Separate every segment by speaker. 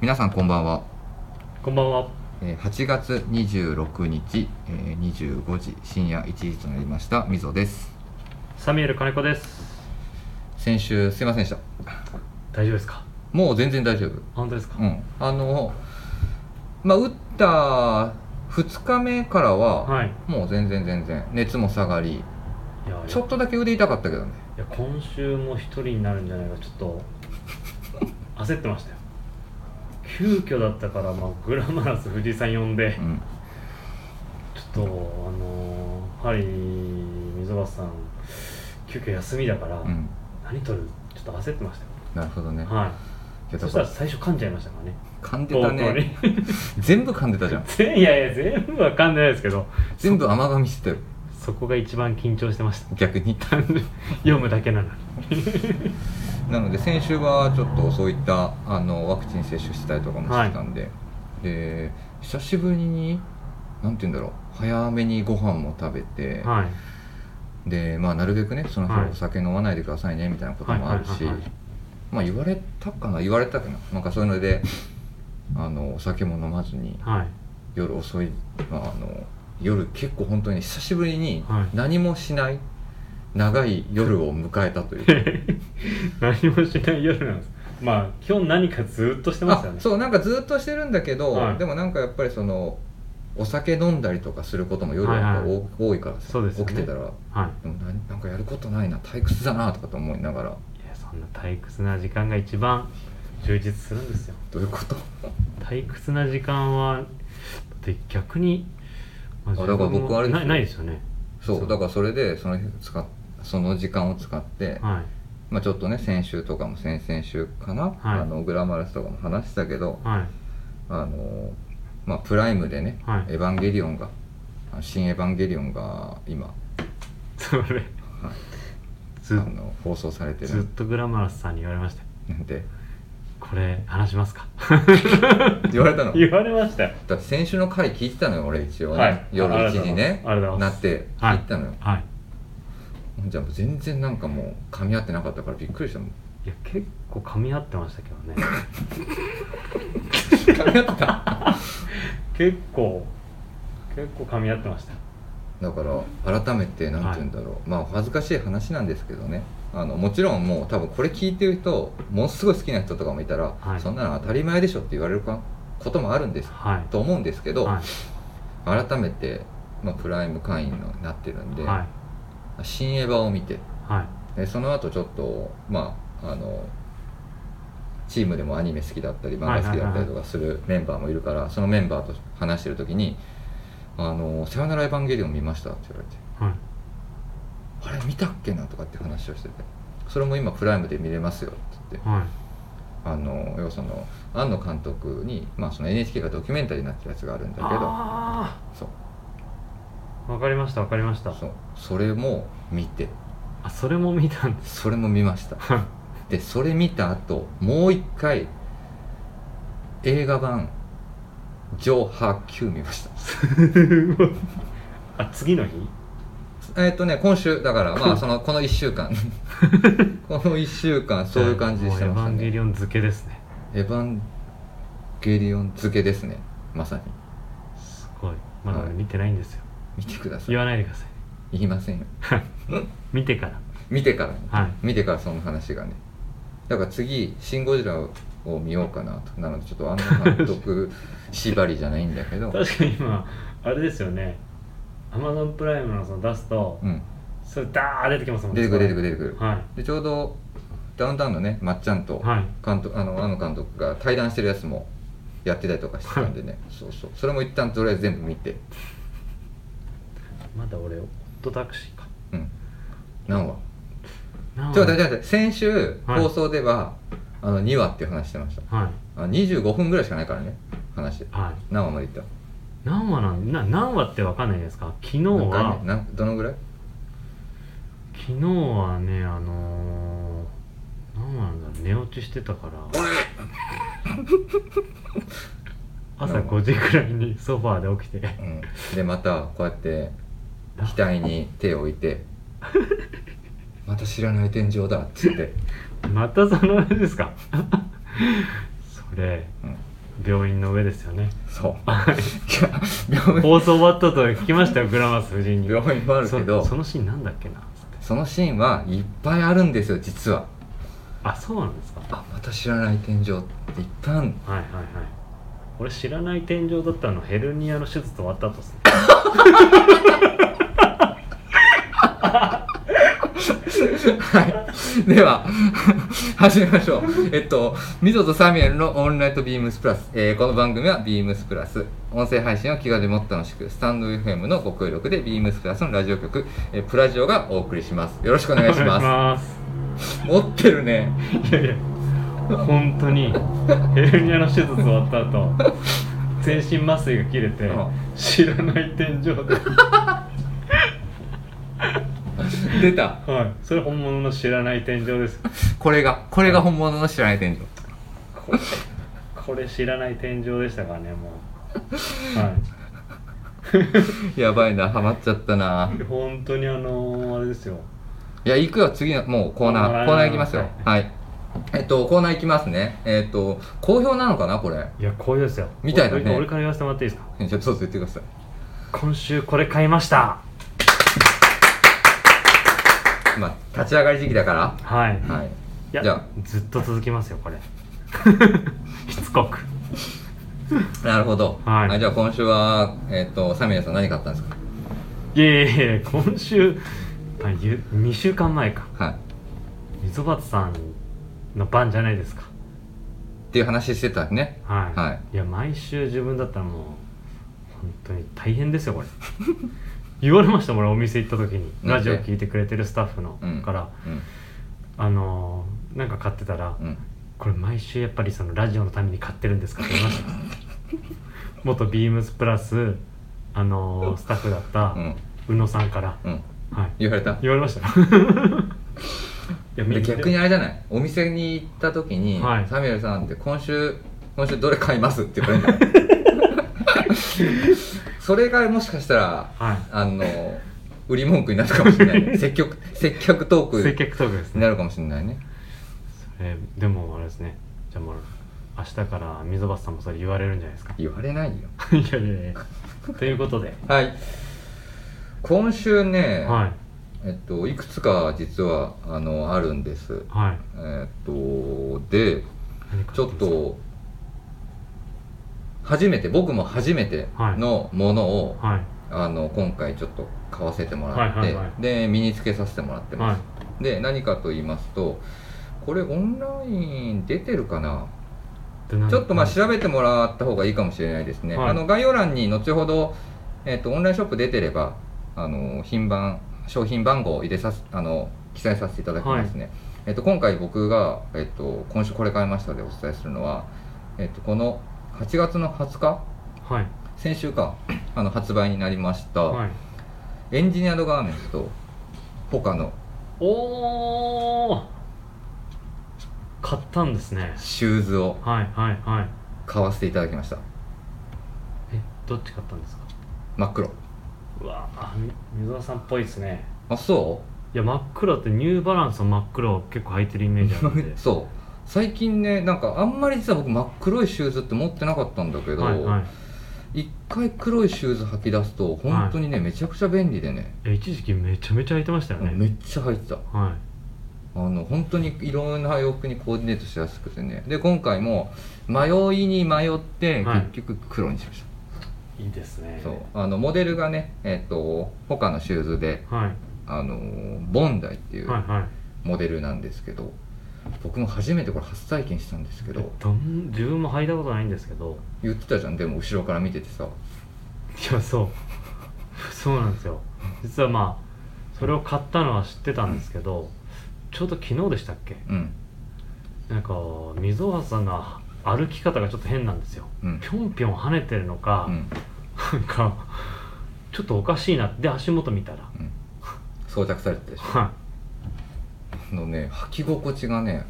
Speaker 1: 皆さんこんばんは、
Speaker 2: こんばんは。
Speaker 1: えー8月26日、えー25時深夜1時となりましたみぞです
Speaker 2: サミュエル金子です。
Speaker 1: 先週すいませんでした
Speaker 2: 大丈夫ですか。
Speaker 1: もう全然大丈夫
Speaker 2: 本当ですか。
Speaker 1: うんあのまあ打った2日目からは、
Speaker 2: はい。
Speaker 1: もう全然全然熱も下がり
Speaker 2: いや、
Speaker 1: ちょっとだけ腕痛かったけどね
Speaker 2: いや今週も一人になるんじゃないか、ちょっと。焦ってましたよ。急遽だったから、まあ、グラマラス藤井さん呼んで
Speaker 1: う、ん
Speaker 2: ちょっと、あのー、はい、溝端さん。急遽休みだから、
Speaker 1: うん
Speaker 2: 何撮る、ちょっと焦ってましたよ。
Speaker 1: なるほどね、
Speaker 2: はい
Speaker 1: やだ
Speaker 2: い。そし
Speaker 1: か
Speaker 2: たら、
Speaker 1: ら
Speaker 2: 最初噛んじゃいましたからね。
Speaker 1: 噛んでたね
Speaker 2: 膀胱に
Speaker 1: 全部噛んでたじゃん
Speaker 2: 全いやいや、全部は噛んでないですけど。
Speaker 1: 全部甘噛みしてたよ
Speaker 2: そこが一番緊張してました。
Speaker 1: 逆に
Speaker 2: 単純 読むだけなのに
Speaker 1: なので先週はちょっとそういったあのワクチン接種したりとかもしてたんで、で久しぶりになんて言うんだろう早めにご飯も食べて、
Speaker 2: はい
Speaker 1: でまあなるべくねその
Speaker 2: はい
Speaker 1: 日お酒飲まないでくださいねみたいなこともあるし、
Speaker 2: はいはいはいはい
Speaker 1: まあ言われたかな言われたかななんかそういうのであのお酒も飲まずに
Speaker 2: はい
Speaker 1: 夜遅い、まあ、あの夜結構本当に久しぶりに
Speaker 2: はい
Speaker 1: 何もしない長い夜を迎えたというか
Speaker 2: 何もしない夜なんですまあ基本何かずっとしてますよね
Speaker 1: あそうなんかずっとしてるんだけど、
Speaker 2: はい
Speaker 1: でもなんかやっぱりそのお酒飲んだりとかすることも夜はやっぱ多,、
Speaker 2: はい
Speaker 1: い多いからさ
Speaker 2: そうですよ
Speaker 1: 起
Speaker 2: ね
Speaker 1: きてたら
Speaker 2: は
Speaker 1: でもなんなんかやることないな退屈だなとかと思いながら
Speaker 2: いいやそんな退屈な時間が一番充実するんですよ
Speaker 1: どういうこと
Speaker 2: 退屈な時間はで逆に、ま
Speaker 1: あだから僕あれですよ
Speaker 2: ないないですよね
Speaker 1: そう
Speaker 2: そう
Speaker 1: だからそれでその日使っその時間を使って、
Speaker 2: はい
Speaker 1: まあ、ちょっとね先週とかも先々週かな、
Speaker 2: はい
Speaker 1: あのグラマラスとかも話したけど
Speaker 2: はい
Speaker 1: あの、まあ、プライムでね「
Speaker 2: はい
Speaker 1: エヴァンゲリオンが」あの新エヴァンゲリオン」が今、は
Speaker 2: それ
Speaker 1: いあ
Speaker 2: ず
Speaker 1: の放送されて
Speaker 2: ずっ
Speaker 1: る
Speaker 2: とグラマラスさんに言われましたよ
Speaker 1: んで
Speaker 2: これ話しますか
Speaker 1: 言われたの
Speaker 2: 言われましたよ
Speaker 1: だって先週の回聞いてたのよ俺一応ね、
Speaker 2: はい
Speaker 1: 夜
Speaker 2: あ
Speaker 1: 1時ね
Speaker 2: ありがとうご
Speaker 1: な
Speaker 2: ざいま
Speaker 1: っ
Speaker 2: す
Speaker 1: て聞いてたのよ、
Speaker 2: はい
Speaker 1: じゃあもう全然なんかもう噛み合ってなかったからびっくりしたもん
Speaker 2: いや結構噛み合ってましたけどね
Speaker 1: 噛み合ってた
Speaker 2: 結構結構噛み合ってましたよ
Speaker 1: だから改めてなんて言うんだろう、まあお恥ずかしい話なんですけどねあのもちろんもう多分これ聞いてる人ものすごい好きな人とかもいたら、
Speaker 2: はい
Speaker 1: そんなの当たり前でしょって言われるかこともあるんです
Speaker 2: はい
Speaker 1: と思うんですけど、
Speaker 2: は
Speaker 1: 改めて、まあ、プライム会員になってるん
Speaker 2: い
Speaker 1: で、
Speaker 2: はい
Speaker 1: 新エヴァを見て
Speaker 2: はい
Speaker 1: でその後ちょっとまああのチームでもアニメ好きだったり漫画好きだったりとかするメンバーもいるからそのメンバーと話してる時に「あのさよならエヴァンゲリオン見ました」って言われ
Speaker 2: はい
Speaker 1: て「あれ見たっけな?」とかって話をしてて「それも今プライムで見れますよ」って言って
Speaker 2: はい
Speaker 1: あの要はその庵野監督に、まあ、その NHK がドキュメンタリーになってるやつがあるんだけど
Speaker 2: あ
Speaker 1: そう
Speaker 2: あわかりましたわかりました
Speaker 1: そうそれも見て
Speaker 2: あそれも見たんです
Speaker 1: それも見ました
Speaker 2: はい
Speaker 1: でそれ見た後もう一回映画版「上波9」見ました
Speaker 2: あ次の日
Speaker 1: えっ、とね今週だからまあそのこの1週 間この1週間そういう感じでしてまし
Speaker 2: も
Speaker 1: た
Speaker 2: うエヴァンゲ
Speaker 1: ね
Speaker 2: リオン漬けですね
Speaker 1: エヴァンゲリオン漬けですねまさに
Speaker 2: すごいまだ
Speaker 1: は
Speaker 2: 俺
Speaker 1: い
Speaker 2: 見てないんですよ
Speaker 1: 見てください
Speaker 2: 言わないでください
Speaker 1: 言いませんよ
Speaker 2: 見てから
Speaker 1: 見てから、
Speaker 2: はい
Speaker 1: 見てからその話がねだから次「シン・ゴジラ」を見ようかなとなのでちょっとあの監督縛りじゃないんだけ ど
Speaker 2: 確かに今あれですよねアマゾンプライムのその出すと、
Speaker 1: うん
Speaker 2: それダー出てきますもん
Speaker 1: 出てくる出てくる出てくる
Speaker 2: は
Speaker 1: でちょうどダウンタウンのねまっちゃんと
Speaker 2: いはい
Speaker 1: 監督、あのあの監督が対談してるやつもやってたりとかしてたんでねそうそうそれも一旦とりあえず全部見て
Speaker 2: まだ俺ホットタクシーか
Speaker 1: うん何話
Speaker 2: なあ
Speaker 1: ちょっと待って待って待って先週
Speaker 2: はい
Speaker 1: 放送では、あの2話っていう話してました
Speaker 2: はい
Speaker 1: あ25分ぐらいしかないからね話
Speaker 2: はい
Speaker 1: 何話までいった
Speaker 2: 何話なんな何話ってわかんないですか昨日
Speaker 1: 何回
Speaker 2: は
Speaker 1: 目なんどのぐらい
Speaker 2: 昨日はねあのー、何話なんだろう寝落ちしてたから 朝
Speaker 1: 何話
Speaker 2: 5時くらいにソファーで起きて
Speaker 1: うんでまたこうやって額に手を置い てまた知らない天井だっつって、
Speaker 2: またその話ですかそれ
Speaker 1: うん
Speaker 2: 病院の上ですよね
Speaker 1: そう
Speaker 2: は い
Speaker 1: いや病院
Speaker 2: 放送終わったと聞きましたよグラマス夫人に
Speaker 1: 病院もあるけど
Speaker 2: そそのシーンなんだっけな
Speaker 1: そのシーンはいっぱいあるんですよ実は
Speaker 2: あそうなんですか
Speaker 1: あまた知らない天井っていっぱいあんの
Speaker 2: はいはいはい俺知らない天井だったのヘルニアの手術終わった後っすね
Speaker 1: はい、では 始めましょうえっとミゾとサミュエルのオンライトビームスプラス、えーこの番組はビームスプラス音声配信を気軽にもっと楽しくスタンド FM のご協力でビームスプラスのラジオ局、えープラジオがお送りしますよろしくお願いします
Speaker 2: ます
Speaker 1: 持ってるね
Speaker 2: いやいや本当にヘルニアの手術終わった後全身麻酔が切れて
Speaker 1: うん
Speaker 2: 知らない天井で
Speaker 1: 出た
Speaker 2: はいそれ本物の知らない天井です
Speaker 1: これがこれが本物の知らない天井
Speaker 2: これこれ知らない天井でしたからねもうはい
Speaker 1: やばいなハマっちゃったな
Speaker 2: 本当にあのー、あれですよ
Speaker 1: いや、行くよ、次の、もうコーナー、
Speaker 2: あ
Speaker 1: コーナー行きますよ。
Speaker 2: は
Speaker 1: はい。えっと、コーナー行きますね。えっと、好評なのかな、これ。
Speaker 2: いやこういうですよ
Speaker 1: みたいなね
Speaker 2: 俺俺から言わせてもらっていいですか
Speaker 1: じゃあ、どうぞ言ってください。
Speaker 2: 今週これ買いました
Speaker 1: まあ、立ち上がり時期だから。
Speaker 2: はい
Speaker 1: はい。
Speaker 2: いや
Speaker 1: じゃあ
Speaker 2: ずっと続きますよこれ しつこく
Speaker 1: なるほど。
Speaker 2: はい
Speaker 1: じゃあ、今週は、えっと、サミュエルさん何買ったんですか
Speaker 2: いやいやいや今週あゆ2週間前か
Speaker 1: はい。っ
Speaker 2: 溝端さんの番じゃないですか
Speaker 1: ていう話してたね。
Speaker 2: はい、、
Speaker 1: はい
Speaker 2: や毎週自分だったらもう本当に大変ですよこれ 言われましたもん俺お店行った時に
Speaker 1: なん
Speaker 2: ラ
Speaker 1: て
Speaker 2: ジオ聞いてくれてるスタッフの
Speaker 1: うん
Speaker 2: から、
Speaker 1: うん。
Speaker 2: あのー、なんか買ってたら、
Speaker 1: うん。
Speaker 2: これ毎週やっぱりそのラジオのために買ってるんですかって言いました 元ビームスプラスあのー、スタッフだった
Speaker 1: うん。
Speaker 2: 宇野さんから、
Speaker 1: うん。
Speaker 2: はい
Speaker 1: 言われた
Speaker 2: 言われましたいや
Speaker 1: で
Speaker 2: み
Speaker 1: 逆にあれじゃないお店に行った時に、
Speaker 2: はい
Speaker 1: サミュエルさんって今週今週どれ買いますって言われた それがもしかしたら
Speaker 2: は
Speaker 1: あの売り文句になるかもしれない、 ね、接客接客トー
Speaker 2: い接
Speaker 1: ク
Speaker 2: 客トークです
Speaker 1: に
Speaker 2: ね、
Speaker 1: なるかもしれないね
Speaker 2: えーでもあれですねじゃあもう明日から溝端さんもそれ言われるんじゃないですか
Speaker 1: 言われ ないよ
Speaker 2: いやいやいやということで、
Speaker 1: はい今週ね、
Speaker 2: はい
Speaker 1: えっと、いくつか実はあのあるんです
Speaker 2: はい
Speaker 1: えっとで
Speaker 2: 何買
Speaker 1: ちょ
Speaker 2: て
Speaker 1: っ
Speaker 2: きます
Speaker 1: と初めて僕も初めてのものを、
Speaker 2: かはい
Speaker 1: あの今回ちょっと買わせてもらって、
Speaker 2: はいはいはい
Speaker 1: で身につけさせてもらってま
Speaker 2: は
Speaker 1: す、で何かと言いますとこれオンライン出てるかない
Speaker 2: で何
Speaker 1: ちょっとまあ調べてもらった方がいいかもしれないですね、
Speaker 2: はい
Speaker 1: あの概要欄に後ほど、えっとオンラインショップ出てればあの品番商品番号を入れさせあの記載させていただきますね、えっと今回僕が、えっと今週これ買いましたでお伝えするのは、えっとこの8月の20日
Speaker 2: はい
Speaker 1: 先週かあの発売になりました、
Speaker 2: はい
Speaker 1: エンジニアードガーメンツと他の
Speaker 2: おお買ったんですね
Speaker 1: シューズを
Speaker 2: はいはいはい
Speaker 1: 買わせていただきました
Speaker 2: えどっち買ったんですか
Speaker 1: 真っ黒
Speaker 2: うわあみ水沢さんっぽいですね
Speaker 1: あそ
Speaker 2: いや真っ黒ってニューバランスの真っ黒を結構履いてるイメージあるん で
Speaker 1: うそう最近ねなんかあんまり実は僕真っ黒いシューズって持ってなかったんだけど、
Speaker 2: はいはい
Speaker 1: 一回黒いシューズ履き出すと本当にね、めちゃくちゃ便利でね
Speaker 2: いや一時期めちゃめちゃ履いてましたよね、
Speaker 1: めっちゃ履いてた
Speaker 2: は
Speaker 1: あの本当にいろんな洋服にコーディネートしやすくてねで今回も迷いに迷って
Speaker 2: はい
Speaker 1: 結局黒にしました、
Speaker 2: いいいですね
Speaker 1: そうあのモデルがねえっ、と他のシューズで
Speaker 2: はい
Speaker 1: あのーボンダイっていう
Speaker 2: はいはい
Speaker 1: モデルなんですけど僕も初めてこれ初体験したんですけど
Speaker 2: どん自分も履いたことないんですけど
Speaker 1: 言ってたじゃんでも後ろから見ててさ
Speaker 2: いやそう そうなんですよ実はまあそれを買ったのは知ってたんですけど、ちょうど昨日でしたっけ
Speaker 1: うん
Speaker 2: なんか溝端さんの歩き方がちょっと変なんですよ
Speaker 1: うん
Speaker 2: ぴょんぴょん跳ねてるのか、
Speaker 1: うん
Speaker 2: なんかちょっとおかしいなで足元見たら
Speaker 1: うん装着されてたでしょ
Speaker 2: は
Speaker 1: あのね履き心地がね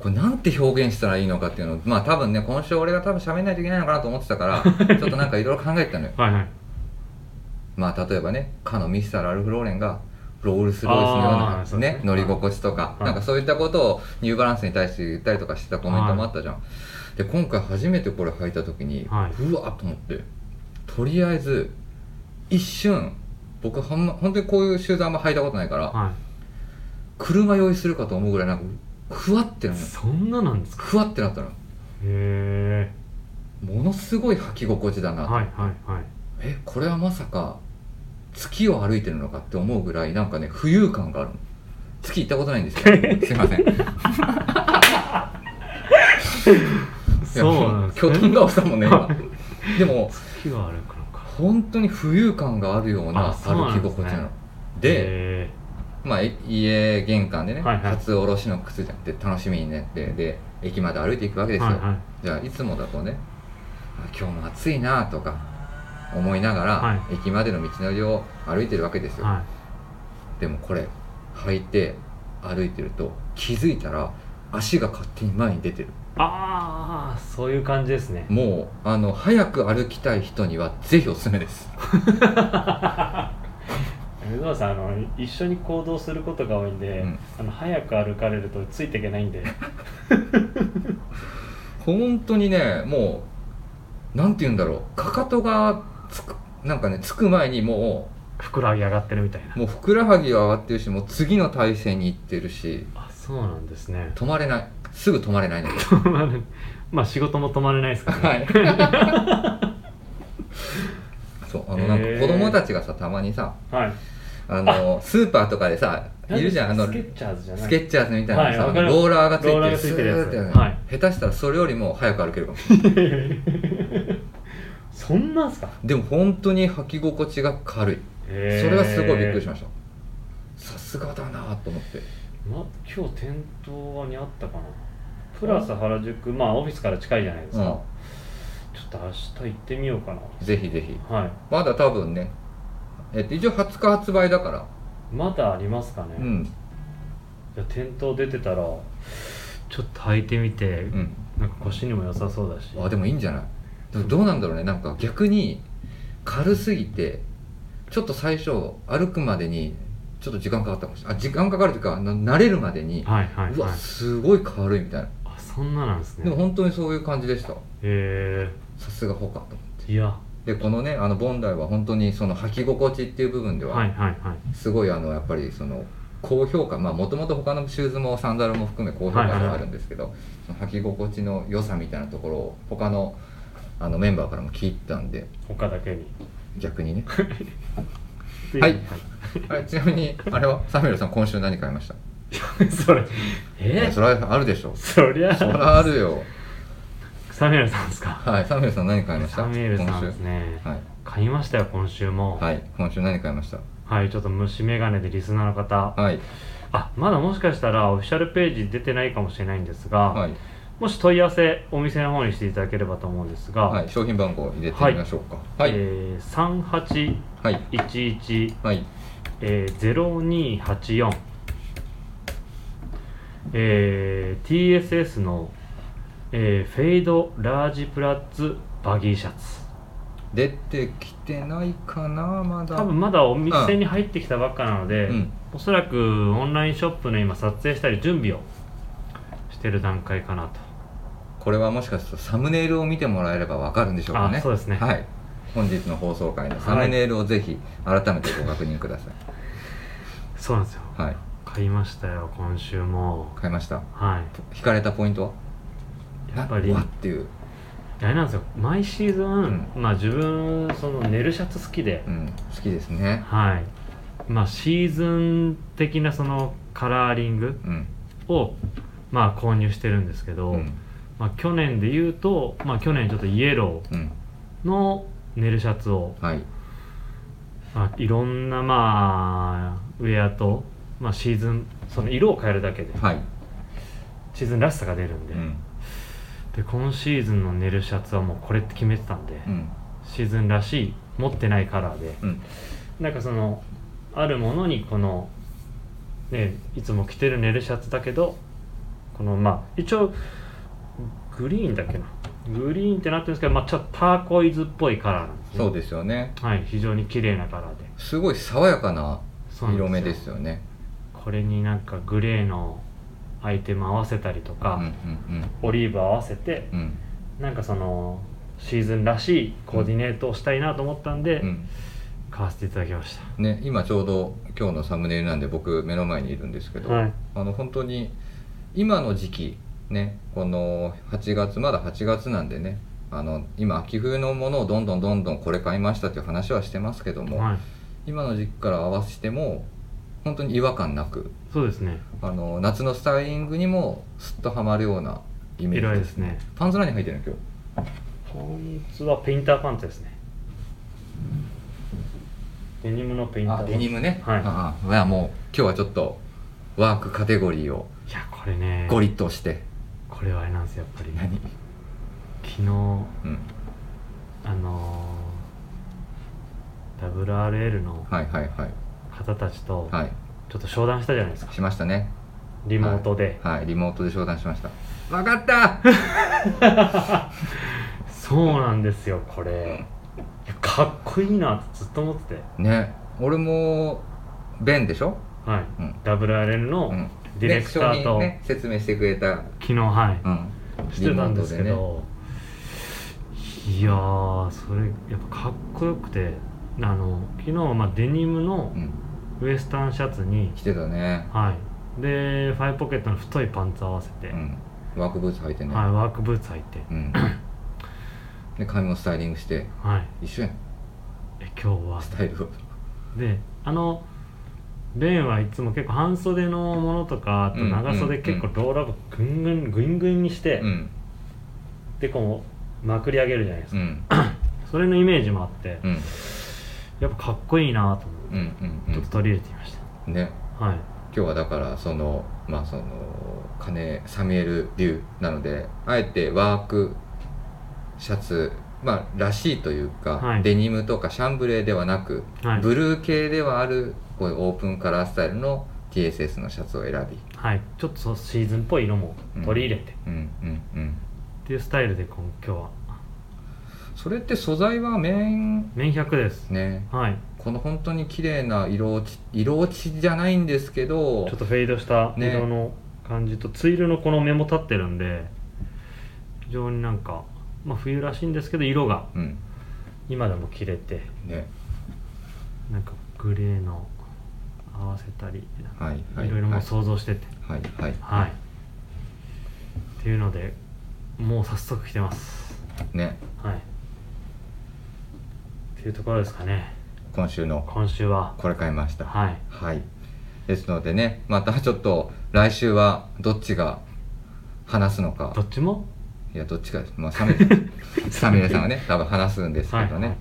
Speaker 1: これなんて表現したらいいのかっていうのをまあ多分ね今週俺が多分喋んないといけないのかなと思ってたから ちょっとなんかいろいろ考えてたのよ
Speaker 2: いはいはい
Speaker 1: まあ例えばねかのミスター・ラルフ・ローレンがロールス・ロイスのよう
Speaker 2: あー
Speaker 1: な、
Speaker 2: そうですね
Speaker 1: ね、乗り心地とか、
Speaker 2: はい
Speaker 1: なんかそういったことをニューバランスに対して言ったりとかしてたコメントもあったじゃん、で今回初めてこれ履いた時に、
Speaker 2: はいう
Speaker 1: わっと思ってとりあえず一瞬僕はん、ま、本当にこういうシューズあんま履いたことないから、
Speaker 2: は
Speaker 1: 車用意するかと思うぐらいなんかふわってないのよ
Speaker 2: そんななんですか
Speaker 1: ふわってなったのよ
Speaker 2: へえ
Speaker 1: ものすごい履き心地だな、
Speaker 2: はいはいはい
Speaker 1: えこれはまさか月を歩いてるのかって思うぐらいなんかね浮遊感があるの月行ったことないん ですよすいませんいや
Speaker 2: そうなんです
Speaker 1: 巨
Speaker 2: ね
Speaker 1: 大顔したもんね今でも
Speaker 2: 月が歩くのか
Speaker 1: 本当に浮遊感があるような
Speaker 2: あそうな
Speaker 1: 歩き
Speaker 2: んですね
Speaker 1: 心地なので
Speaker 2: へ
Speaker 1: まあ、い家玄関でね、
Speaker 2: はいはい
Speaker 1: 初おろしの靴じゃんって楽しみになってで駅まで歩いていくわけで
Speaker 2: え
Speaker 1: すよ、
Speaker 2: はいはい
Speaker 1: じゃあいつもだとねあ今日も暑いなとか思いながら、
Speaker 2: は
Speaker 1: 駅までの道のりを歩いてるわけですよ、
Speaker 2: は
Speaker 1: でもこれ履いて歩いてると気づいたら足が勝手に前に出てる
Speaker 2: いああそういう感じですね
Speaker 1: もうあの早く歩きたい人にはぜひおすすめです
Speaker 2: 水野さんあの一緒に行動することが多いんで、
Speaker 1: うん
Speaker 2: あの早く歩かれるとついていけない んで
Speaker 1: 本当にねもうなんて言うんだろうかかとがつくなんかねつく前にも
Speaker 2: ふくらはぎ上がってるみたいな
Speaker 1: うもうふくらはぎは上がってるしもう次の体勢に行ってるし
Speaker 2: あそうなんですね
Speaker 1: 止まれないすぐ止まれないのよ
Speaker 2: まあ仕事も止まれないですからね、
Speaker 1: はい そうあのなんか子供たちがさたまにさ
Speaker 2: はい
Speaker 1: あのスーパーとかでさいるじゃんあの
Speaker 2: スケッチャーズじゃない
Speaker 1: スケッチャーズみたいなさ、
Speaker 2: はいわかる
Speaker 1: ローラーがついて
Speaker 2: ローラー
Speaker 1: る
Speaker 2: がついてるやつ
Speaker 1: スーッてやる
Speaker 2: はい
Speaker 1: 下手したらそれよりも早く歩けるかも
Speaker 2: そんなんすか
Speaker 1: でも本当に履き心地が軽い
Speaker 2: そ
Speaker 1: それはすごいびっくりしましたさすがだなと思って
Speaker 2: ま、今日店頭にあったかなプラス原宿まあオフィスから近いじゃないですか、
Speaker 1: うん
Speaker 2: ちょっと明日行ってみようか
Speaker 1: ぜひぜひ
Speaker 2: なはい
Speaker 1: まだ多分ねえっと一応20日発売だから
Speaker 2: まだありますかね、
Speaker 1: うん
Speaker 2: じゃあ店頭出てたらちょっと履いてみて、
Speaker 1: うん
Speaker 2: なんか腰にも良さそうだし
Speaker 1: あでもいいんじゃないでもどうなんだろうねなんか逆に軽すぎてちょっと最初歩くまでにちょっと時間かかったかもしれないあ時間かかるというかな慣れるまでに、
Speaker 2: はいはいう
Speaker 1: わ
Speaker 2: はい
Speaker 1: すごい軽いみたいな
Speaker 2: あそんななんです
Speaker 1: でも
Speaker 2: ね
Speaker 1: 本当にそういう感じでした
Speaker 2: へ
Speaker 1: さすがほかと思
Speaker 2: えいやは
Speaker 1: ってでこのねあのボンダイは本当にその履き心地っていう部分で
Speaker 2: いはい
Speaker 1: は
Speaker 2: はい
Speaker 1: すごいあのやっぱりその高評価まあもともと他のシューズもサンダルも含め高評価ではあるんですけど、その履き心地の良さみたいなところを他のあのメンバーからも聞いたんで
Speaker 2: 他だけに
Speaker 1: 逆にね
Speaker 2: で
Speaker 1: はいあれちなみにあれはサミュエルさん今週何買いました
Speaker 2: それ
Speaker 1: い
Speaker 2: え
Speaker 1: やそれはあるでしょ
Speaker 2: そりゃ
Speaker 1: それはあるよ
Speaker 2: サミュエルさんですか
Speaker 1: はいサミュエルさん何買いました
Speaker 2: サミュエルさんです
Speaker 1: 今
Speaker 2: ね
Speaker 1: 週はい、
Speaker 2: 買いましたよ今週もはい、
Speaker 1: はい、今週何買いました
Speaker 2: ちょっと虫眼鏡でリスナーの方
Speaker 1: はい
Speaker 2: あまだもしかしたらオフィシャルページ出てないかもしれないんですが、
Speaker 1: はい
Speaker 2: もし問い合わせお店の方にしていただければと思うんですが、
Speaker 1: はい、商品番号入れてみましょうか。はい、
Speaker 2: えー、
Speaker 1: はい、
Speaker 2: 3811
Speaker 1: はい、
Speaker 2: えー、0284えー、TSS の、えー、フェイドラージプラッツバギーシャツ
Speaker 1: 出てきてないかな、まだ。
Speaker 2: 多分まだお店に入ってきたばっかなので、
Speaker 1: うん、
Speaker 2: おそらくオンラインショップの今撮影したり準備をしてる段階かなと
Speaker 1: これはもしかするとサムネイルを見てもらえればわかるんでしょうかね。
Speaker 2: あそうですね
Speaker 1: はい、本日の放送回のサムネイルをぜひ改めてご確認ください。
Speaker 2: そうなんですよ
Speaker 1: はい、
Speaker 2: 買いましたよ今週も
Speaker 1: 買いました。
Speaker 2: は
Speaker 1: 引かれたポイントは。
Speaker 2: いやっぱり
Speaker 1: うわっていう、
Speaker 2: あれなんですよ毎シーズン、まあ自分その寝るシャツ好きで、
Speaker 1: うん、好きですね。
Speaker 2: はいまあシーズン的なそのカラーリング
Speaker 1: うん、
Speaker 2: をまあ購入してるんですけど、
Speaker 1: うん、
Speaker 2: まあ去年で言うとまあ去年ちょっとイエロ
Speaker 1: うん、
Speaker 2: ーの寝るシャツを
Speaker 1: はい、
Speaker 2: まあ、いろんなまあウェアと、まあ、シーズンその色を変えるだけで
Speaker 1: はい、
Speaker 2: シーズンらしさが出るんで,、
Speaker 1: うん、
Speaker 2: で今シーズンの寝るシャツはもうこれって決めてたんで、
Speaker 1: うん、
Speaker 2: シーズンらしい持ってないカラーで
Speaker 1: うん、
Speaker 2: なんかそのあるものにこの、ね、いつも着てる寝るシャツだけどこのまあ一応グリーンだっけなグリーンってなってるんですけど、まあ、ちょっとターコイズっぽいカラーなんですね
Speaker 1: そうですよね。
Speaker 2: はい非常に綺麗なカラーで
Speaker 1: すごい爽やかな
Speaker 2: そうなんですよ
Speaker 1: 色目ですよね
Speaker 2: これになんかグレーのアイテム合わせたりとか、
Speaker 1: うんうん
Speaker 2: オリーブ合わせて
Speaker 1: うんうん
Speaker 2: なんかそのシーズンらしいコーディネートをしたいなと思ったんで、
Speaker 1: うん
Speaker 2: 買わせていただきまし
Speaker 1: ね、今ちょうど今日のサムネイルなんで僕目の前にいるんですけど、
Speaker 2: たはい
Speaker 1: あの本当に今の時期ねこの8月まだ8月なんでねあの今秋冬のものをどんどんどんどんこれ買いましたっていう話はしてますけども、
Speaker 2: はい
Speaker 1: 今の時期から合わせても本当に違和感なく
Speaker 2: そうですね
Speaker 1: あの夏のスタイリングにもすっとはまるようなイメージ
Speaker 2: 偉いですね
Speaker 1: パンツ何履いてるの今日
Speaker 2: パンツはペインターパンツですねデニムのペインター
Speaker 1: あ
Speaker 2: パンツ
Speaker 1: デニムね、
Speaker 2: はい
Speaker 1: ああいやもう今日はちょっとワークカテゴリーを
Speaker 2: いやこれね
Speaker 1: ゴリッと押して
Speaker 2: これはあれなんですよやっぱり
Speaker 1: 何う
Speaker 2: 昨日
Speaker 1: ん
Speaker 2: あのー、WRL の
Speaker 1: はいはいはい
Speaker 2: 方たちと
Speaker 1: はい
Speaker 2: ちょっと商談したじゃないですか
Speaker 1: しましたね
Speaker 2: リモートで、
Speaker 1: はいリモートで商談しました分かった
Speaker 2: そうなんですよこれいやかっこいいなってずっと思ってて
Speaker 1: ね俺もベンでしょ
Speaker 2: はい、
Speaker 1: うん
Speaker 2: WRL
Speaker 1: う
Speaker 2: の
Speaker 1: ん
Speaker 2: ディレクターと、
Speaker 1: ねね説明してくれた
Speaker 2: 昨日はい、
Speaker 1: うん
Speaker 2: してたんですけ
Speaker 1: リモ
Speaker 2: ど、いやーそれやっぱかっこよくてあの昨日はまあデニム
Speaker 1: ー
Speaker 2: の
Speaker 1: トでね
Speaker 2: ウエスタンシャツに
Speaker 1: うん、来てたね
Speaker 2: はいでファイポケットの太いパンツ合わせて、
Speaker 1: うんワークブーツ履いてね、
Speaker 2: はい、ワークブーツ履いて、
Speaker 1: うんで髪もスタイリングして
Speaker 2: はい、
Speaker 1: 一緒やん
Speaker 2: え今日は
Speaker 1: スタイルを
Speaker 2: であのベンはいつも結構半袖のものとかあと
Speaker 1: うん
Speaker 2: 長袖結構
Speaker 1: うん
Speaker 2: ローラーブぐんぐんぐんぐんにして、
Speaker 1: うん
Speaker 2: でこうまくり上げるじゃないです
Speaker 1: う
Speaker 2: か、
Speaker 1: ん
Speaker 2: それのイメージもあって、
Speaker 1: うん
Speaker 2: やっぱかっこいいなと思って、
Speaker 1: うんうん
Speaker 2: ちょっと取り入れてみまし
Speaker 1: うんね
Speaker 2: たはい
Speaker 1: 今日はだからそのまあその金サミュエル・デューなのであえてワークシャツまあらしいというか、
Speaker 2: はい
Speaker 1: デニムとかシャンブレーではなく、
Speaker 2: はい
Speaker 1: ブルー系ではあるこういうオープンカラースタイルの TSS のシャツを選び
Speaker 2: はいちょっとそうシーズンっぽい色も取り入れて、っ
Speaker 1: うんうんうん
Speaker 2: ていうスタイルで今今日は
Speaker 1: それって素材はメイン
Speaker 2: 綿100です
Speaker 1: ね
Speaker 2: はい
Speaker 1: この本当に綺麗な色落ち色落ちじゃないんですけど
Speaker 2: ちょっとフェードした
Speaker 1: ね
Speaker 2: 色の感じと、ツイルのこの目も立ってるんで非常になんか、まあ、冬らしいんですけど色が
Speaker 1: うん
Speaker 2: 今でも切れて
Speaker 1: ね
Speaker 2: なんかグレーの合わせたりなんか
Speaker 1: はいはい
Speaker 2: いろいろも
Speaker 1: は
Speaker 2: う
Speaker 1: い
Speaker 2: 想像してて
Speaker 1: はいはい
Speaker 2: はい、っていうのでもう早速来てます
Speaker 1: ね
Speaker 2: はいっていうところですかね
Speaker 1: 今週の
Speaker 2: 今週は
Speaker 1: これ買いました
Speaker 2: はい
Speaker 1: はい。ですのでね、またちょっと来週はどっちが話すのか
Speaker 2: ど、っちも
Speaker 1: いや、どっちか、まあ、サミレ、 サミレさんがね、多分話すんですけどね。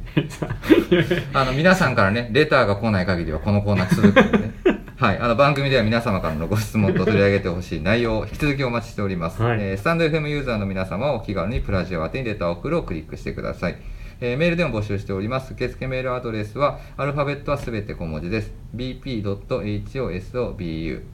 Speaker 1: あの、皆さんからね、レターが来ない限りはこのコーナー続くので ね。はい。あの、番組では皆様からのご質問と取り上げてほしい内容を引き続きお待ちしております。
Speaker 2: はい
Speaker 1: えースタンド FM ユーザーの皆様はお気軽にプラジオ宛てにレターを送るをクリックしてください。えーメールでも募集しております。受付メールアドレスは、アルファベットはすべて小文字です。bp.hosobu、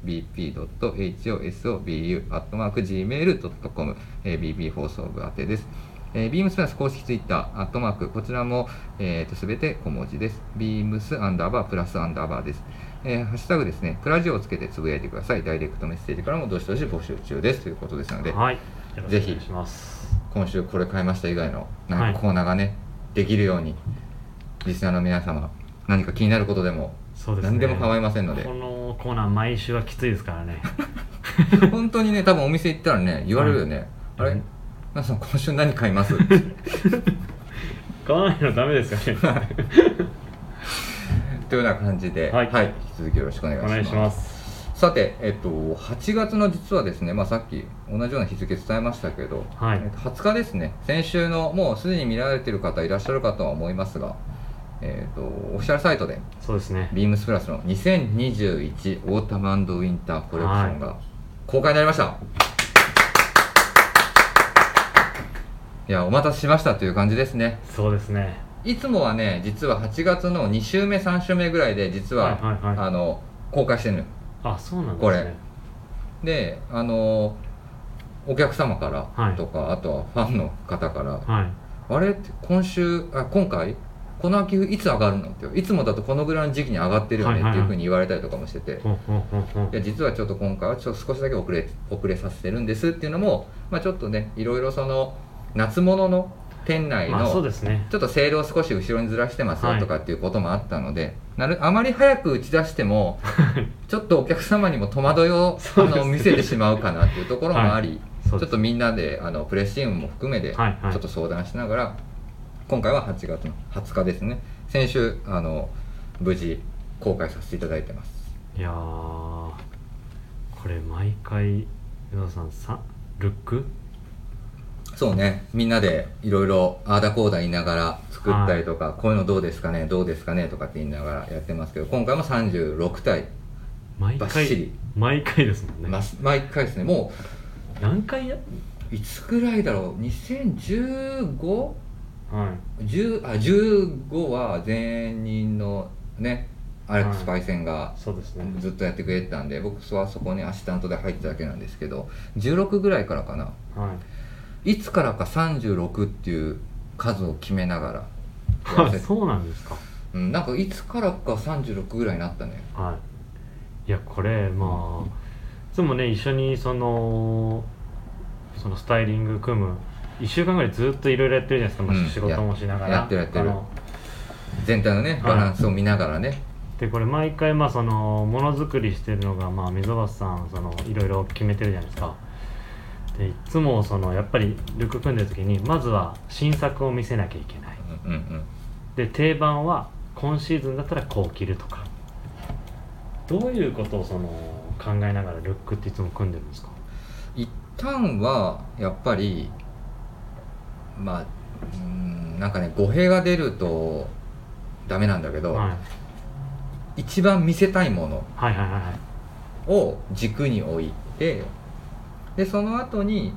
Speaker 1: bp.hosobu、アットマーク gmail.com、えー bp 放送部宛てです。えー、ビームスプラス公式ツイッター、アットマーク、こちらも、えー、と、すべて小文字です。ビームスアンダーバー、プラスアンダーバーです。えーハッシュタグですね、プラジオをつけてつぶやいてください。ダイレクトメッセージからもどしどし募集中です。ということですので、
Speaker 2: はいよろし
Speaker 1: ぜ
Speaker 2: くお
Speaker 1: ひ
Speaker 2: 願いします
Speaker 1: 今週これ買いました以外のなん
Speaker 2: は
Speaker 1: か
Speaker 2: い
Speaker 1: コーナーがね、できるように、リスナーの皆様、何か気になることでも、
Speaker 2: そうですね
Speaker 1: 何でも構いませんので
Speaker 2: こ、のコーナー毎週はきついですからね
Speaker 1: 本当にね、多分お店行ったらね、言われるよね、
Speaker 2: うん
Speaker 1: あ
Speaker 2: う
Speaker 1: れ
Speaker 2: ん、
Speaker 1: 皆さん、今週何買います
Speaker 2: 買わないのダメですよね
Speaker 1: というような感じで、
Speaker 2: はい
Speaker 1: 引き続きよろしくお願い
Speaker 2: お
Speaker 1: します。
Speaker 2: 願いします
Speaker 1: さて、えっと、8月の実はですね、まあ、さっき同じような日付伝えましたけど、
Speaker 2: はい
Speaker 1: えっと20日ですね、先週のもうすでに見られている方いらっしゃるかとは思いますが、えっと、オフィシャルサイトで、
Speaker 2: そうですね
Speaker 1: ビームスプラスの2021オータムウィンターコレクションが公開になりました。い、や、お待たせしましたという感じですね。
Speaker 2: そうですね
Speaker 1: いつもはね、実は8月の2週目、3週目ぐらいで、実は、
Speaker 2: はいはいはい
Speaker 1: あの、公開してるのよ
Speaker 2: あそうなんですね
Speaker 1: これであのお客様からとか、あとはファンの方から「
Speaker 2: はい
Speaker 1: あれ?」って今週あ今回この秋いつ上がるのっていつもだとこのぐらいの時期に上がってるよねっていうふうに言われたりとかもしてて、い
Speaker 2: ほんほんほんほん
Speaker 1: や実はちょっと今回はちょっと少しだけ遅れ遅れさせてるんですっていうのも、まあ、ちょっとねいろいろその夏物の店内
Speaker 2: まあそう
Speaker 1: の
Speaker 2: ですね
Speaker 1: ちょっとセールを少し後ろにずらしてます
Speaker 2: は
Speaker 1: よ
Speaker 2: い
Speaker 1: とかっていうこともあったので、なるあまり早く打ち出して もちょっとお客様にも戸惑いを、あ
Speaker 2: そうですね
Speaker 1: の見せてしまうかなっていうところもあり、
Speaker 2: そ
Speaker 1: ちょ
Speaker 2: うで
Speaker 1: っ
Speaker 2: す
Speaker 1: とみんなであのプレッシングも含めてち
Speaker 2: はいは
Speaker 1: ょ
Speaker 2: い
Speaker 1: っと相談しながら、今回は8月の20日ですね先週あの無事公開させていただいてます
Speaker 2: いやーこれ毎回与田さんさルック
Speaker 1: そうねみんなでいろいろあーだこーだ言いながら作ったりとか、こういうのどうですかねどうですかねとかって言いながらやってますけど今回も36体
Speaker 2: 毎
Speaker 1: ばっし
Speaker 2: 回
Speaker 1: り
Speaker 2: 毎回ですもんね、
Speaker 1: ます毎回ですねも
Speaker 2: 何回や
Speaker 1: ういつくらいだろう 2015?
Speaker 2: はい
Speaker 1: 10あ15は前任のねアレックスパイセンが
Speaker 2: そうですね
Speaker 1: ずっとやってくれてたんで僕はそこにアシスタントで入っただけなんですけど16ぐらいからかな
Speaker 2: はい
Speaker 1: いつからか36っていう数を決めながらやら
Speaker 2: あ
Speaker 1: せて
Speaker 2: そうなんですか
Speaker 1: うん、なんかいつからか36ぐらいになったね
Speaker 2: はいいやこれまあいつもね一緒にそのそのスタイリング組む1週間ぐらいずっといろいろやってるじゃないですか、ま
Speaker 1: う
Speaker 2: あ、
Speaker 1: ん
Speaker 2: 仕事もしながら
Speaker 1: ややってるやってる
Speaker 2: あの
Speaker 1: 全体のねバランスを見ながらね、
Speaker 2: でこれ毎回まあそのものづくりしてるのがまあ溝端さんそのいろいろ決めてるじゃないですかでいつもそのやっぱりルック組んでる時にまずは新作を見せなきゃいけない
Speaker 1: うんうん
Speaker 2: で定番は今シーズンだったらこう着るとかどういうことをその考えながらルックっていつも組んでるんですか
Speaker 1: 一旦はやっぱりまあうんなんかね語弊が出るとダメなんだけど、
Speaker 2: はい、
Speaker 1: 一番見せたいもの
Speaker 2: はいはいはいはい
Speaker 1: を軸に置いてでその後に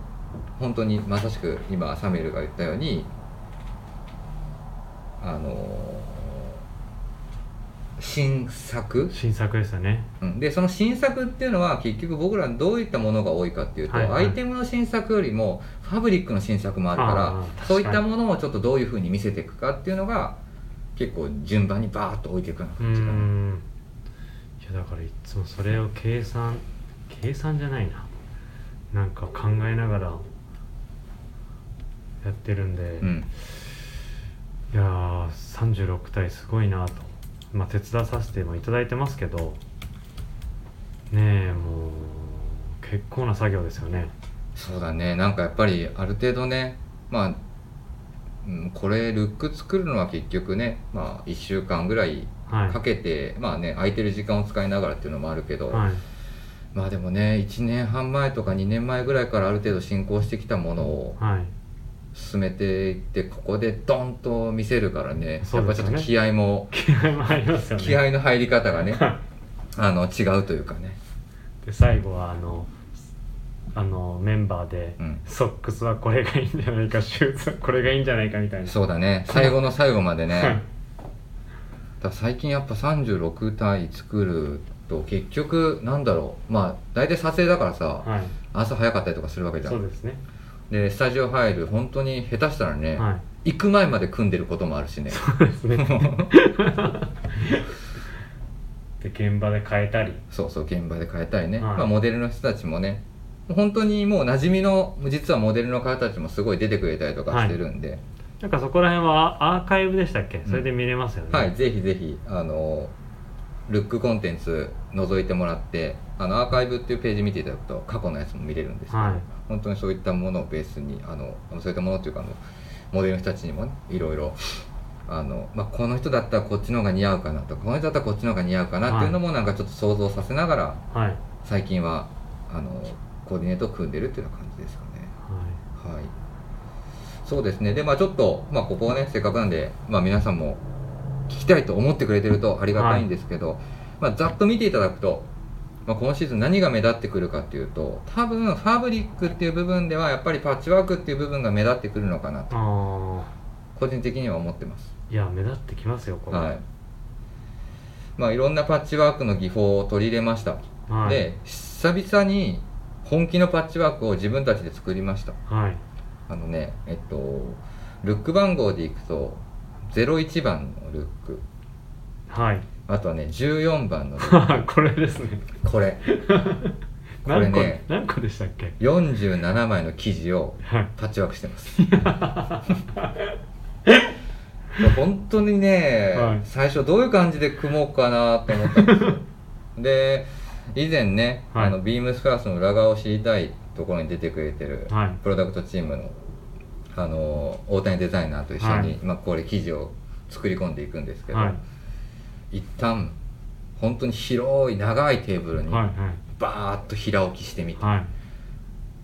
Speaker 1: 本当にまさしく今サミュエルが言ったようにあのー新作、
Speaker 2: 新作ですよね
Speaker 1: うんでその新作っていうのは結局僕らどういったものが多いかっていうと、
Speaker 2: はいはい
Speaker 1: アイテムの新作よりもファブリックの新作もある
Speaker 2: あ
Speaker 1: か
Speaker 2: ー
Speaker 1: らそういった
Speaker 2: 確か
Speaker 1: ものをちょっとどういうふうに見せていくかっていうのが結構順番にバーッと置いていくような
Speaker 2: う
Speaker 1: 感じかな。
Speaker 2: んいやだからいつもそれを計算計算じゃないななんか考えながらやってるんで、
Speaker 1: う
Speaker 2: い
Speaker 1: ん
Speaker 2: やー36体すごいなと、まあ、手伝わさせてもいただいてますけどねえもう結構な作業ですよね
Speaker 1: そうだねなんかやっぱりある程度ねまあ、うん、これルック作るのは結局ね、まあ、1週間ぐらい
Speaker 2: はい
Speaker 1: かけて、まあね空いてる時間を使いながらっていうのもあるけど、
Speaker 2: はい
Speaker 1: まあでもね1年半前とか2年前ぐらいからある程度進行してきたものを
Speaker 2: はい
Speaker 1: 進めていってここでドンと見せるからね
Speaker 2: そ
Speaker 1: や
Speaker 2: う
Speaker 1: っ
Speaker 2: で
Speaker 1: ぱ
Speaker 2: す
Speaker 1: ち
Speaker 2: よ
Speaker 1: ょ
Speaker 2: ね
Speaker 1: っと気合も、
Speaker 2: 気合もありますよね
Speaker 1: 気合の入り方 がね
Speaker 2: はい
Speaker 1: あの違うというかね
Speaker 2: で最後はあのあのメンバーで、
Speaker 1: うん
Speaker 2: ソックスはこれがいいんじゃないかシューズはこれがいいんじゃないかみたいな
Speaker 1: そうだね最後の最後まで
Speaker 2: は
Speaker 1: ね
Speaker 2: い
Speaker 1: だから最近やっぱ36体作ると結局なんだろうまあ大体撮影だからさ
Speaker 2: はい、
Speaker 1: 朝早かったりとかするわけじゃ
Speaker 2: そうんですね、
Speaker 1: でスタジオ入る本当に下手したらね、
Speaker 2: は
Speaker 1: 行く前まで組んでることもあるしね
Speaker 2: いそう ですね で現場で変えたり
Speaker 1: そうそう現場で変えたいね、
Speaker 2: はい
Speaker 1: まあ、モデルの人たちもね本当にもう馴染みの実はモデルの方たちもすごい出てくれたりとかしてるんで、
Speaker 2: なんかそこら辺はアーカイブでしたっけそれで見れますよね、
Speaker 1: はい、ぜひぜひ、あの、ルックコンテンツ覗いてもらって、あの、アーカイブっていうページ見ていただくと、過去のやつも見れるんですけど、
Speaker 2: はい
Speaker 1: 本当にそういったものをベースに、あの、そういったものっていうか、あの、モデルの人たちにもね、いろいろ、あの、まあ、この人だったらこっちの方が似合うかなとか、この人だったらこっちの方が似合うかなっていうのも、なんかちょっと想像させながら、
Speaker 2: はいはい
Speaker 1: 最近は、あの、コーディネートを組んでるっていうような感じですかね。はい、そうですね、で、まあ、ちょっと、まあ、ここをね、せっかくなんで、まあ、皆さんも聞きたいと思ってくれてるとありがたいんですけど、まあ、ざっと見ていただくと、まあ、今シーズン、何が目立ってくるかっていうと、多分ファブリックっていう部分では、やっぱりパッチワークっていう部分が目立ってくるのかなと、
Speaker 2: あ
Speaker 1: 個人的には思ってます。
Speaker 2: あいや目立ってきますよこれ
Speaker 1: はいまあ、いろんなパッチワークの技法を取り入れました、
Speaker 2: はい
Speaker 1: で久々に本気のパッチワークを自分たちで作りました
Speaker 2: はい
Speaker 1: あのね、えっと、ルック番号でいくと、 01番のルック
Speaker 2: はい
Speaker 1: あとはね14番のルッ
Speaker 2: あこれですね
Speaker 1: クこれこれ
Speaker 2: 何個
Speaker 1: ね
Speaker 2: 何個でしたっけ
Speaker 1: 47枚の記事を
Speaker 2: はい
Speaker 1: パッチワークしてます 本当にね、
Speaker 2: はい
Speaker 1: 最初どういう感じで組もうかなと思ったんです よで以前ね、
Speaker 2: はい
Speaker 1: あのビームスファーストの裏側を知りたいところに出てくれてる
Speaker 2: はい
Speaker 1: プロダクトチームのあの大谷デザイナーと一緒に、
Speaker 2: はい
Speaker 1: まあ、これ記事を作り込んでいくんですけど、
Speaker 2: はい
Speaker 1: 一旦本当に広い長いテーブルに
Speaker 2: はい
Speaker 1: バーッと平置きしてみて、
Speaker 2: はい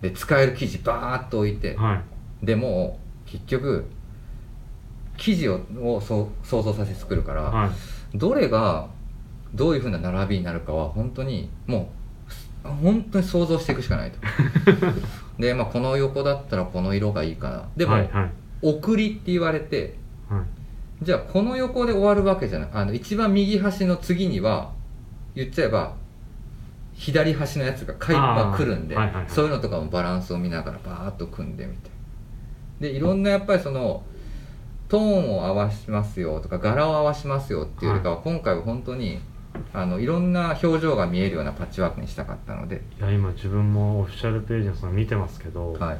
Speaker 1: で使える記事バーッと置いて、
Speaker 2: はい
Speaker 1: でも結局生地ををそう想像させて作るから、
Speaker 2: はい
Speaker 1: どれがどういうふうな並びになるかは本当にもう本当に想像していくしか ないとで、まあ、この横だったらこの色がいいかなでも、
Speaker 2: はいはい
Speaker 1: 送りって言われて
Speaker 2: はい
Speaker 1: じゃあこの横で終わるわけじゃないあの一番右端の次には言っちゃえば左端のやつが書い
Speaker 2: あー
Speaker 1: が来るんで、
Speaker 2: はいはいはい
Speaker 1: そういうのとかもバランスを見ながらバーッと組んでみてでいろんなやっぱりそのトーンを合わしますよとか柄を合わしますよっていうよりかは、今回は本当にあのいろんな表情が見えるようなパッチワークにしたかったので、
Speaker 2: いや今自分もオフィシャルページのその見てますけど、
Speaker 1: はい、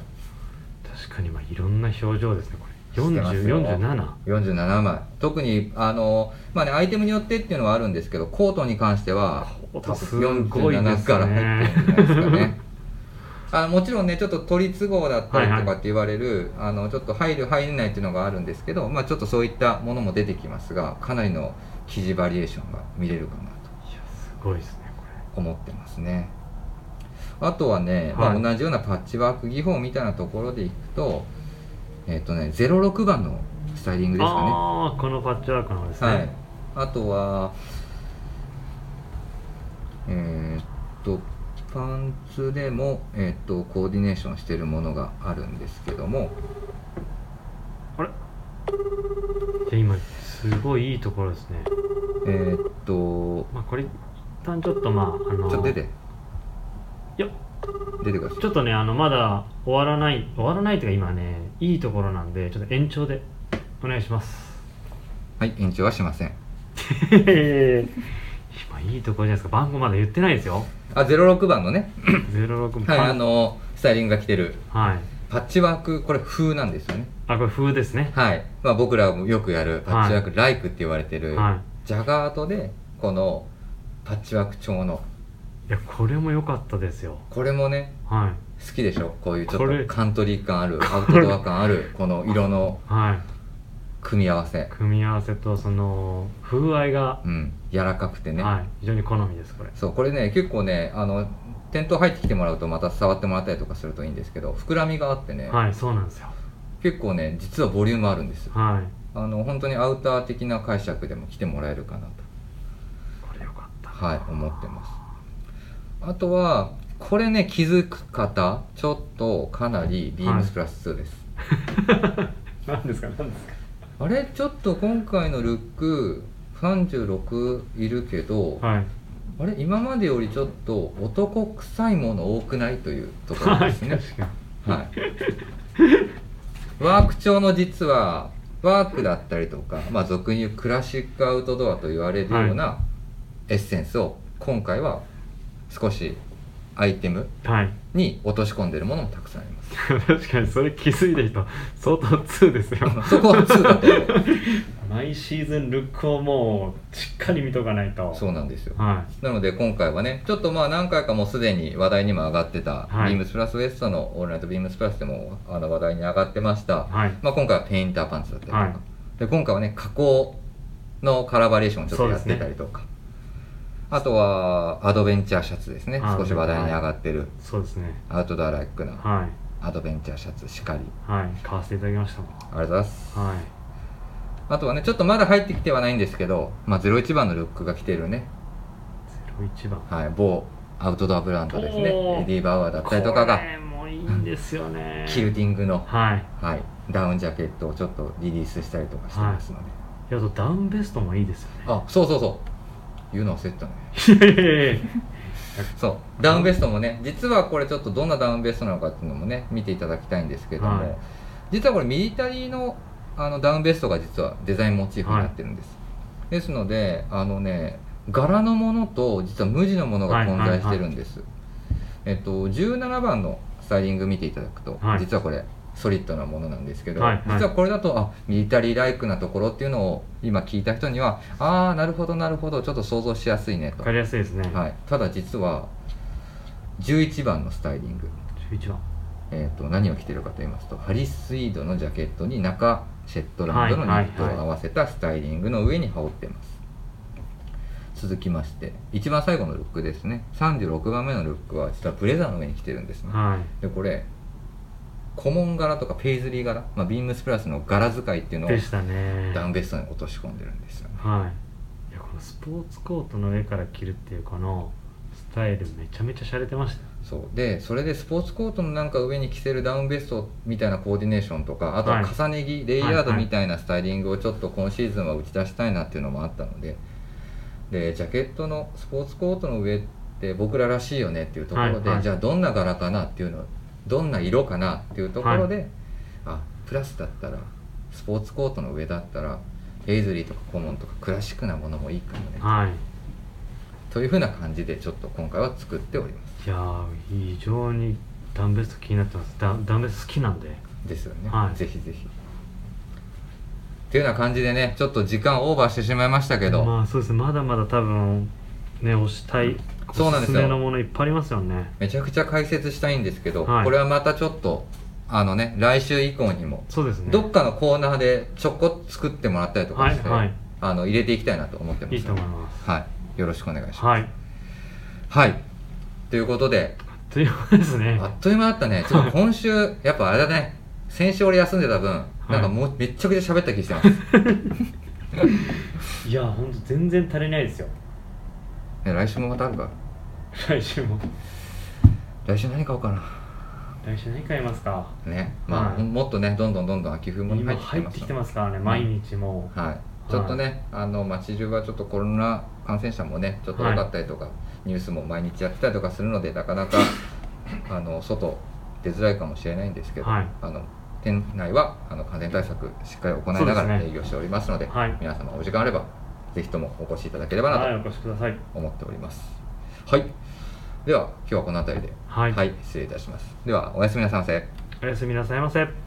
Speaker 2: 確かにまあいろんな表情ですねこれ
Speaker 1: してますよ
Speaker 2: 4047
Speaker 1: 47枚特にあの、まあね、アイテムによってっていうのはあるんですけどコートに関しては
Speaker 2: コート
Speaker 1: 多
Speaker 2: す
Speaker 1: 分
Speaker 2: ごいですね
Speaker 1: 47から入ってるんじゃないです かねあのもちろんねちょっと取り都合だったりとかって言われる、あのちょっと入る入れないっていうのがあるんですけど、まあ、ちょっとそういったものも出てきますがかなりの生地バリエーションが見れるかなと
Speaker 2: いやすごいですねこ
Speaker 1: 思ってますねあとはね、
Speaker 2: はい
Speaker 1: まあ、同じようなパッチワーク技法みたいなところでいくとえっ、とね06番のスタイリング
Speaker 2: れ、
Speaker 1: ですかね
Speaker 2: ああこのパッチワークの方ですね、
Speaker 1: はい、あとはえーっとパンツでも、えーっとコーディネーションしてるものがあるんですけども
Speaker 2: あれいや今すごいいいところですね
Speaker 1: えーっと
Speaker 2: まあこれ一旦ちょっとまああの
Speaker 1: ちょっと出て
Speaker 2: いや
Speaker 1: 出てください
Speaker 2: ちょっとねあのまだ終わらない終わらないというか今ねいいところなんでちょっと延長でお願いします
Speaker 1: はい延長はしません
Speaker 2: 今いいところじゃないですか番号まだ言ってないですよ
Speaker 1: あ06番のね、
Speaker 2: 06
Speaker 1: はい、
Speaker 2: パン
Speaker 1: あのスタイリングが着てる
Speaker 2: はい
Speaker 1: パッチワークこれ風なんですよね
Speaker 2: あこれ風ですね
Speaker 1: はい、まあ、僕らもよくやるパッチワーク、ライクって言われてる、
Speaker 2: は
Speaker 1: ジャガートでこのパッチワーク調の
Speaker 2: いいやこれも良かったですよ
Speaker 1: これもね
Speaker 2: は
Speaker 1: 好きでしょこういうち
Speaker 2: こ
Speaker 1: ょ
Speaker 2: れ
Speaker 1: っとカントリー感あるアウトドア感あ るこの色の
Speaker 2: いはい
Speaker 1: 組み合わせ
Speaker 2: 組み合わせとその風合いが、
Speaker 1: うん柔らかくてね、
Speaker 2: はい非常に好みですこれ
Speaker 1: そうこれね結構ねあの店頭入ってきてもらうとまた触ってもらったりとかするといいんですけど膨らみがあってね、
Speaker 2: はいそうなんですよ
Speaker 1: 結構ね実はボリュームあるんです
Speaker 2: はい
Speaker 1: あの本当にアウター的な解釈でも来てもらえるかなと
Speaker 2: これ良かった
Speaker 1: はい思ってますあとはこれね気づく方ちょっとかなりビームスプラス2です、
Speaker 2: 何ですか何ですか
Speaker 1: あれちょっと今回のルック36いるけど、
Speaker 2: はい
Speaker 1: あれ今までよりちょっと男臭いもの多くないというところ
Speaker 2: は
Speaker 1: で
Speaker 2: い
Speaker 1: す
Speaker 2: 確
Speaker 1: ね、
Speaker 2: かに
Speaker 1: はい、ワーク調の実はワークだったりとか、まあ、俗に言うクラシックアウトドアと言われるようなエッセンスを今回は少しアイテム
Speaker 2: はい
Speaker 1: に落とし込んでるものもたくさんあります
Speaker 2: 確かにそれ気づいた人相当2ですよ
Speaker 1: そこは2だと思う
Speaker 2: 毎シーズンルックをもうしっかり見とかないと
Speaker 1: そうなんですよ
Speaker 2: は
Speaker 1: なので今回はねちょっとまあ何回かもうすでに話題にも上がってた、
Speaker 2: はい
Speaker 1: ビームスプラスウエストの「オールナイトビームスプラス」でもあの話題に上がってました、
Speaker 2: いはい
Speaker 1: まあ、今回はペインターパンツだったりとか、
Speaker 2: はい
Speaker 1: で今回はね加工のカラーバリエーションをちょっとやってたりとか、あとはアドベンチャーシャツですね
Speaker 2: あー
Speaker 1: 少し話題に上がってる
Speaker 2: そうですね
Speaker 1: アウトドアライクな
Speaker 2: は
Speaker 1: アドベンチャーシャツしかり
Speaker 2: いはい買わせていただきましたもん
Speaker 1: ありがとうございます
Speaker 2: はい
Speaker 1: あとはねちょっとまだ入ってきてはないんですけど、まあ、01番のルックが着てるね
Speaker 2: 01番
Speaker 1: はい、某アウトドアブランドですね
Speaker 2: おー
Speaker 1: エディ・バウアーだったりとかが
Speaker 2: これもいいんですよね
Speaker 1: キルティングの、
Speaker 2: はい
Speaker 1: はい、ダウンジャケットをちょっとリリースしたりとかしてますので、
Speaker 2: いやあとダウンベストもいいですよね
Speaker 1: あそうそうそう言うの忘れてたね
Speaker 2: いやいやいや
Speaker 1: そうダウンベストもね実はこれちょっとどんなダウンベストなのかっていうのもね見ていただきたいんですけども、
Speaker 2: はい
Speaker 1: 実はこれミリタリーのあのダウンベストが実はデザインモチーフになってるんです、ですのであのね柄のものと実は無地のものが混在してるんです、えっと17番のスタイリング見ていただくと、
Speaker 2: はい
Speaker 1: 実はこれソリッドなものなんですけど、
Speaker 2: はいはい
Speaker 1: 実はこれだとあミリタリーライクなところっていうのを今聞いた人にはああなるほどなるほどちょっと想像しやすいねと
Speaker 2: わかりやすいですね、
Speaker 1: はい、ただ実は11番のスタイリング、
Speaker 2: 11番
Speaker 1: えー、と何を着てるかと言いますとハリスイードのジャケットに中シェットランドのニットを合わせたスタイリングの上に羽織ってます、続きまして一番最後のルックですね36番目のルックは実はブレザーの上に着てるんですね
Speaker 2: はい
Speaker 1: でこれ古紋柄とかペイズリー柄、まあ、ビームスプラスの柄使いっていうのを
Speaker 2: でしたね
Speaker 1: ダウンベストに落とし込んでるんですよね
Speaker 2: はいいやこのスポーツコートの上から着るっていうこのスタイルめちゃめちゃ洒落てましたよ
Speaker 1: そうでそれでスポーツコートのなんか上に着せるダウンベストみたいなコーディネーションとかあとは
Speaker 2: はい
Speaker 1: 重ね着、レイヤード
Speaker 2: はいはい
Speaker 1: みたいなスタイリングをちょっと今シーズンは打ち出したいなっていうのもあったのででジャケットのスポーツコートの上って僕ららしいよねっていうところで、
Speaker 2: はいはい
Speaker 1: じゃあどんな柄かなっていうのどんな色かなっていうところで、あプラスだったらスポーツコートの上だったらペイズリーとかコモンとかクラシックなものもいいかもね
Speaker 2: はい
Speaker 1: というふうな感じでちょっと今回は作っております
Speaker 2: いやー非常にダンベスト気になってますダダンベスト好きなんで
Speaker 1: ですよね、
Speaker 2: はい
Speaker 1: ぜひぜひっていうような感じでねちょっと時間オーバーしてしまいましたけど、
Speaker 2: まあそうですねまだまだ多分ね押したい
Speaker 1: そうなん
Speaker 2: お
Speaker 1: ですす
Speaker 2: す
Speaker 1: よ
Speaker 2: めのものいっぱいありますよね
Speaker 1: めちゃくちゃ解説したいんですけど、
Speaker 2: はい
Speaker 1: これはまたちょっとあのね来週以降にも
Speaker 2: そうですね
Speaker 1: どっかのコーナーでちょこっと作ってもらったりとかして、
Speaker 2: はいはい
Speaker 1: あの入れていきたいなと思ってます
Speaker 2: いいと思います
Speaker 1: はい、よろしくお願いします
Speaker 2: はい
Speaker 1: はい、ということで
Speaker 2: ということですね
Speaker 1: あっという間だったねちょっ と今週やっぱあれだね先週俺休んでた分、
Speaker 2: い
Speaker 1: なんかもうめっちゃくちゃ喋った気して ますね
Speaker 2: いやほんと全然足りないですよ
Speaker 1: 来週もまたあるか
Speaker 2: 来週も
Speaker 1: 来週何買おうかな
Speaker 2: 来週何買いますか
Speaker 1: ねまあ、
Speaker 2: はい
Speaker 1: もっとねどんどんどんどん秋冬も
Speaker 2: 今
Speaker 1: 入ってきて
Speaker 2: 入っ
Speaker 1: ます
Speaker 2: てき
Speaker 1: の
Speaker 2: て
Speaker 1: で
Speaker 2: ますからね毎日もう
Speaker 1: はい、ちょっとね、あの街中はちょっとコロナ感染者もねちょっと多かったりとか、ニュースも毎日やってたりとかするのでなかな かあの外出づらいかもしれないんですけど、
Speaker 2: はい
Speaker 1: あの店内はあの感染対策しっかり行いなが
Speaker 2: そうで
Speaker 1: ら
Speaker 2: すね
Speaker 1: 営業しておりますので
Speaker 2: はい
Speaker 1: 皆様お時間あればぜひともお越しいただければ
Speaker 2: はい
Speaker 1: な
Speaker 2: お越しください
Speaker 1: と思っておりますはい、では今日はこの辺りで
Speaker 2: はい
Speaker 1: はい、失礼いたしますではおやすみなさいませ
Speaker 2: おやすみなさいませ